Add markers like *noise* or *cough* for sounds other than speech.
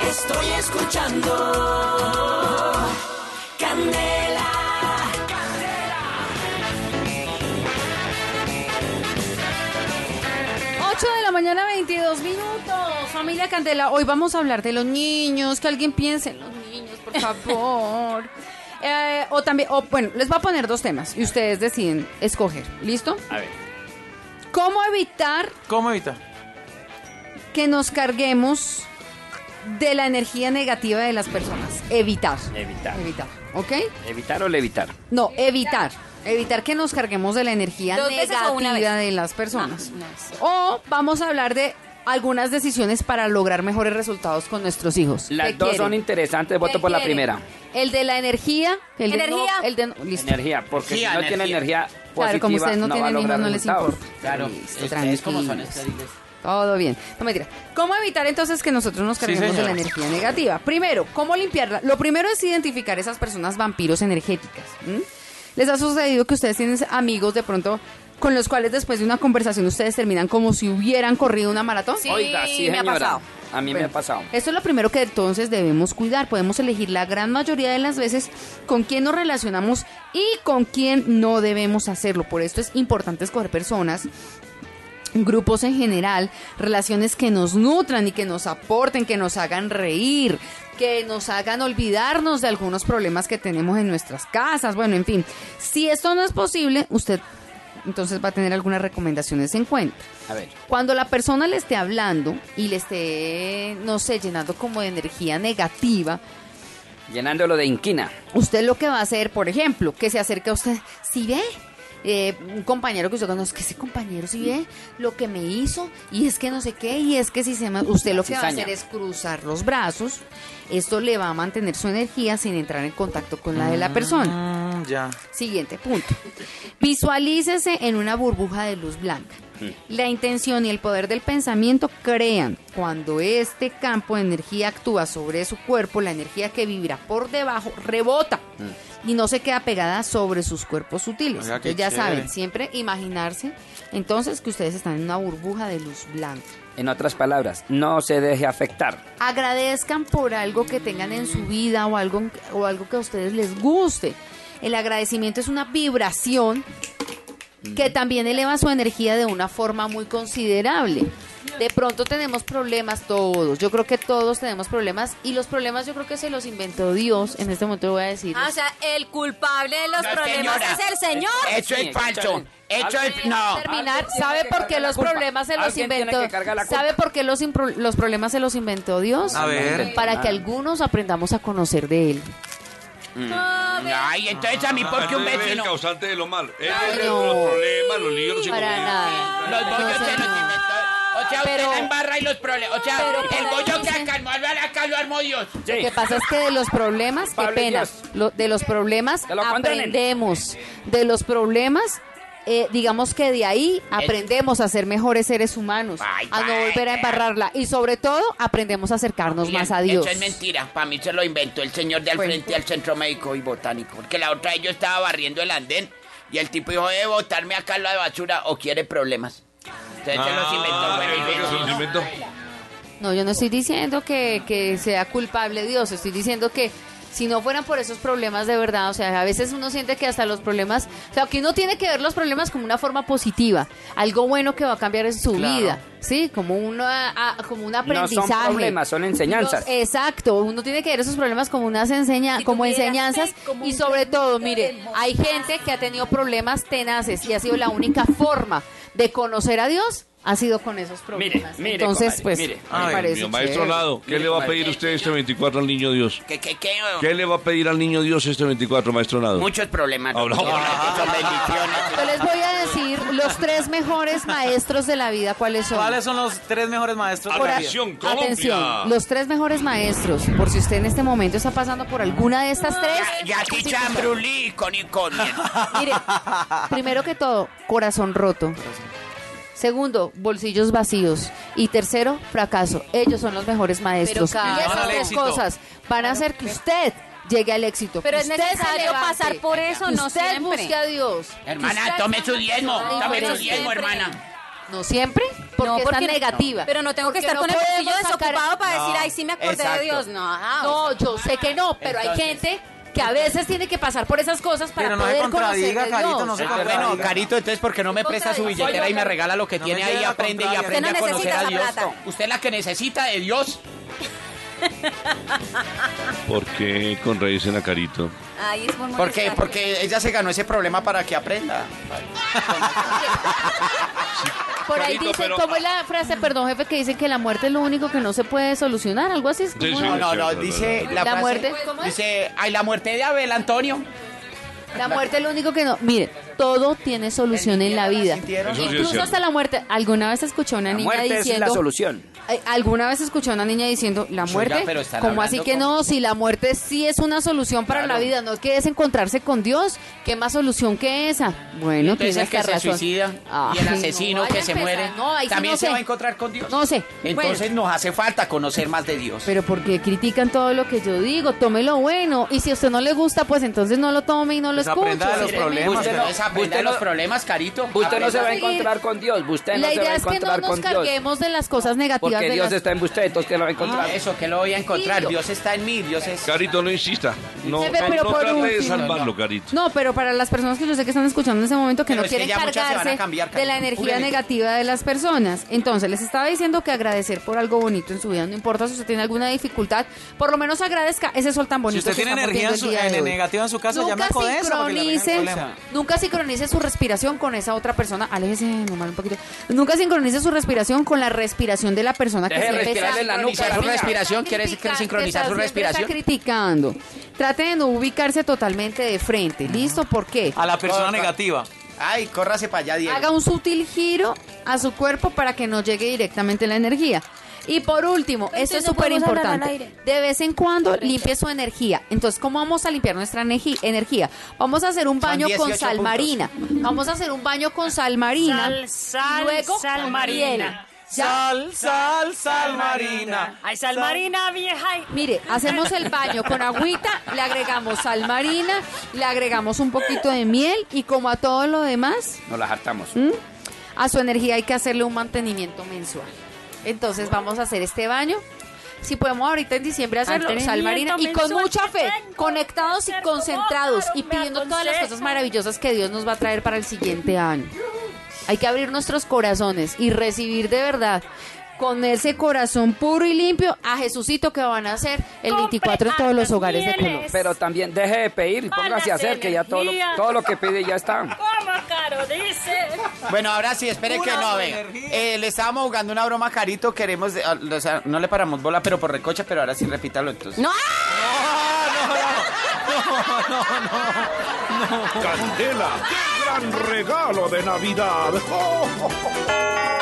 Estoy escuchando Candela. Ocho de la mañana, 22 minutos. Familia Candela, hoy vamos a hablar de los niños. Que alguien piense en los niños, por *laughs* favor. Eh, o también, o, bueno, les voy a poner dos temas y ustedes deciden escoger. ¿Listo? A ver, ¿Cómo evitar ¿cómo evita? que nos carguemos de la energía negativa de las personas? Evitar. Evitar. Evitar. ¿Ok? ¿Evitar o levitar? No, evitar. Evitar que nos carguemos de la energía Dos veces negativa o una vez. de las personas. No, una vez. O vamos a hablar de algunas decisiones para lograr mejores resultados con nuestros hijos. ¿Qué Las dos quieren? son interesantes, voto ¿Qué por la quieren? primera. El de la energía. El Energía. De no- el de no- listo. Energía, porque Energía, si no tiene energía positiva, Claro, como ustedes no, va a tienen hijos, lograr no les resultados. importa. Claro, Listo, ustedes como son tranquilos. Todo bien. No mentira. ¿Cómo evitar entonces que nosotros nos Sí, carguemos de señora. la energía negativa? Primero, ¿cómo limpiarla? Lo primero es identificar esas personas vampiros energéticas. ¿m? ¿Les ha sucedido que ustedes tienen amigos de pronto con los cuales después de una conversación ustedes terminan como si hubieran corrido una maratón? Sí, Oiga, sí, me ha señora. pasado. A mí me Bueno, ha pasado. Esto es lo primero que entonces debemos cuidar. Podemos elegir la gran mayoría de las veces con quién nos relacionamos y con quién no debemos hacerlo. Por esto es importante escoger personas. Grupos en general, relaciones que nos nutran y que nos aporten, que nos hagan reír, que nos hagan olvidarnos de algunos problemas que tenemos en nuestras casas, bueno, en fin. Si esto no es posible, usted entonces va a tener algunas recomendaciones en cuenta. A ver. Cuando la persona le esté hablando y le esté, no sé, llenando como de energía negativa, Llenándolo de inquina. usted lo que va a hacer, por ejemplo, que se acerque a usted, si ve, Eh, un compañero que usted conozca, ese compañero, si ve lo que me hizo, y es que no sé qué, y es que si se me... Usted lo que va a Cizaña. hacer es cruzar los brazos, esto le va a mantener su energía sin entrar en contacto con la de la persona. Mm, ya. Siguiente punto. Visualícese en una burbuja de luz blanca. Mm. La intención y el poder del pensamiento crean. Cuando este campo de energía actúa sobre su cuerpo, la energía que vibra por debajo rebota y no se queda pegada sobre sus cuerpos sutiles. Mm. Oiga, qué Entonces, ya chévere. saben, siempre imaginarse entonces que ustedes están en una burbuja de luz blanca. En otras palabras, no se deje afectar. agradezcan por algo que tengan en su vida o algo, o algo que a ustedes les guste. El agradecimiento es una vibración que también eleva su energía de una forma muy considerable. De pronto tenemos problemas todos. Yo creo que todos tenemos problemas y los problemas yo creo que se los inventó Dios. En este momento voy a decir. Ah, o sea, el culpable de los No, problemas señora. es el señor. Eso Sí, es falso. escúchame. Eso es. No. terminar, Alguien ¿sabe tiene que por qué cargar la los culpa. problemas se los Alguien tiene inventó? que cargar la culpa. ¿Sabe por qué los, impro- los problemas se los inventó Dios? A ver. Para que algunos aprendamos a conocer de él. Ay, entonces a mí porque un Él es Ah, el vecino. causante de lo malo. Él Ay, es el no. los problemas, los líos, los Para inconvenientes. nada. Los bollos No, se los señor. inventó. O sea, usted Pero- la embarra y los problemas. O sea, Pero- el bollo que acalmó a Álvaro, acá lo armó Dios. Sí. Lo que pasa es que de los problemas, qué Pablo y pena, Dios. lo- de los problemas Que lo condenen. aprendemos. De los problemas, eh, digamos que de ahí aprendemos a ser mejores seres humanos, Ay, a no vaya. volver a embarrarla y sobre todo aprendemos a acercarnos Bien, más a Dios. Eso es mentira. Para mí se lo inventó el señor de al Bueno. frente al centro médico y botánico. Porque la otra vez yo estaba barriendo el andén y el tipo dijo, debe botarme acá la basura o quiere problemas. Entonces se los inventó. Ah, Bueno, yo y creo que se los vecino. inventó. No, yo no estoy diciendo que, que sea culpable Dios, estoy diciendo que si no fueran por esos problemas de verdad, o sea, a veces uno siente que hasta los problemas, o sea, que uno tiene que ver los problemas como una forma positiva, algo bueno que va a cambiar en su Claro. vida, ¿sí? Como, una, a- como un No aprendizaje. son problemas, son enseñanzas. Los- exacto, uno tiene que ver esos problemas como unas enseña, Si como tuviera enseñanzas fe, como y un sobre granito todo, de mire, mostaza. hay gente que ha tenido problemas tenaces y ha sido la única forma de conocer a Dios ha sido con esos problemas. mire, Entonces, compadre, pues, mire. me Ay, parece Mi maestro chévere. Lado, ¿qué le va a pedir usted este 24 al niño Dios? ¿Qué, qué, qué? ¿Qué le va a pedir al niño Dios este 24, maestro Lado? Muchos problemas. Habla- doctor. Son bendiciones. Yo les voy a decir los tres mejores maestros de la vida, ¿cuáles son? ¿Cuáles son los tres mejores maestros? de la vida? Atención, Colombia. Atención, los tres mejores maestros, por si usted en este momento está pasando por alguna de estas tres. Ya aquí chambrulí con y con. *laughs* Mire, primero que todo, corazón roto. Segundo, bolsillos vacíos. Y tercero, fracaso. Ellos son los mejores maestros. Pero cada- y Llevan esas al tres éxito. cosas van a hacer que usted llegue al éxito. Pero que es usted se necesario levante, pasar por eso, que no usted siempre. busque a Dios. Hermana, tome su diezmo. Tome su diezmo, hermana. No siempre, porque, No, es tan negativa. Pero no tengo que Porque estar no con el bolsillo podemos sacar- desocupado para No, decir, ay, sí me acordé exacto. de Dios. No, ajá, o No, yo sé que no, pero hay Entonces- gente que a veces tiene que pasar por esas cosas para Pero no se poder conocer contradiga, de Carito, Dios. no se Ah, contradiga. bueno, Carito, entonces, ¿por qué no me presta su contradiga. billetera y me regala lo que No tiene me ahí? lleve la Aprende y contraria. Usted aprende a no conocer necesita a esa Dios. plata. Usted es la que necesita de Dios. ¿Por qué con Reyes a Carito? sea, Ay, es muy ¿Por qué? molestante. Porque ella se ganó ese problema para que aprenda. Por ahí Carito, dicen, pero- ah. ¿cómo es la frase, perdón, jefe, que dicen que la muerte es lo único que no se puede solucionar? Algo así es como Sí, sí. No, una- no, no, cierto, dice ¿verdad? la, ¿La frase- muerte? ¿Cómo es? Dice, ay, la muerte de Abel Antonio. La muerte es lo único que no. Mire, todo tiene solución en la vida. sintieron? Eso sí es Incluso cierto. hasta la muerte. Alguna vez escuché a una La niña muerte es la diciendo. solución. Ay, Eh, Alguna vez escuché a una niña diciendo la Oiga, muerte. pero están Como así hablando que como- no, si la muerte sí es una solución para la vida, no que es encontrarse con Dios. ¿Qué más solución que esa? Bueno, Entonces tiene el que esta se razón. suicida Ay, y el no asesino vaya que a se empezar. muere No, ahí sí también no se sé. va a encontrar con Dios. No sé. Entonces nos hace falta conocer más de Dios. Pero porque critican todo lo que yo digo, tome lo bueno. Y si a usted no le gusta, pues entonces no lo tome y no lo Pues aprenda escuche. de los Sí, problemas, Usted pero- no, es aprender usted los no- problemas, carito. Usted no se va a seguir. encontrar con Dios. Usted no La se va idea a es que no encontrar nos con Dios. carguemos de las cosas negativas Porque de Dios las- está en usted, entonces que lo va a encontrar. Ah, eso que lo voy a encontrar. Dios está en mí, Dios es. Carito, no insista. No, Jefe, no- pero no por trate de último. salvarlo, Carito. No, pero para las personas que yo sé que están escuchando en ese momento que Pero no es que quieren ya muchas se van a cargarse cambiar, de la Karen. energía Júreme. negativa de las personas. Entonces, les estaba diciendo que agradecer por algo bonito en su vida, no importa si usted tiene alguna dificultad, por lo menos agradezca ese sol tan Si bonito usted tiene que estamos energía en viendo su, el día en- de hoy. negativa en su casa, llame Nunca a Codesa. porque le arreglan el sincronice, problema. nunca sincronice su respiración con esa otra persona. Aléjese, normal un poquito. Nunca sincronice su respiración con la respiración de la persona que Deje de siempre respirar está- en la nuca, que la siempre está respiración, ¿quiere decir que criticando, sincronizar que su está- siempre está respiración? criticando. Trate de no ubicarse totalmente de frente. ¿Listo? ¿Por qué? A la persona Otra. negativa. Ay, córrase para allá, Diego. Haga un sutil giro a su cuerpo para que no llegue directamente la energía. Y por último, Pero esto es entonces no súper podemos hablar al importante. aire. De vez en cuando limpie su energía. Entonces, ¿cómo vamos a limpiar nuestra energi- energía? Vamos a hacer un baño con 18 sal puntos. marina. Vamos a hacer un baño con sal marina. Sal, Y sal, luego, sal con marina. hielo. Ya. Sal, sal, sal marina. Ay, sal marina, vieja. y- Mire, hacemos el baño con agüita, le agregamos sal marina, le agregamos un poquito de miel y como a todo lo demás, Nos la hartamos. Mm. a su energía hay que hacerle un mantenimiento mensual. Entonces vamos a hacer este baño. Si podemos ahorita en diciembre hacerlo, sal marina y con mensual mucha que fe, tengo, conectados y ser como concentrados Claro y me pidiendo todas las aconseja. cosas maravillosas que Dios nos va a traer para el siguiente año. Hay que abrir nuestros corazones y recibir de verdad con ese corazón puro y limpio a Jesucito que van a hacer el 24 en todos los hogares de Colombia. Pero también deje de pedir y Van póngase a las hacer, que ya todo lo, energías. todo lo que pide ya está. ¿Cómo, Caro? Dice. Bueno, ahora sí, espere Pura que no, buena venga. energía. Eh, le estábamos jugando una broma, Carito, queremos... eh, o sea, no le paramos bola, pero por recocha, pero ahora sí repítalo entonces. No, Candela, qué gran regalo de Navidad. Oh, oh, oh.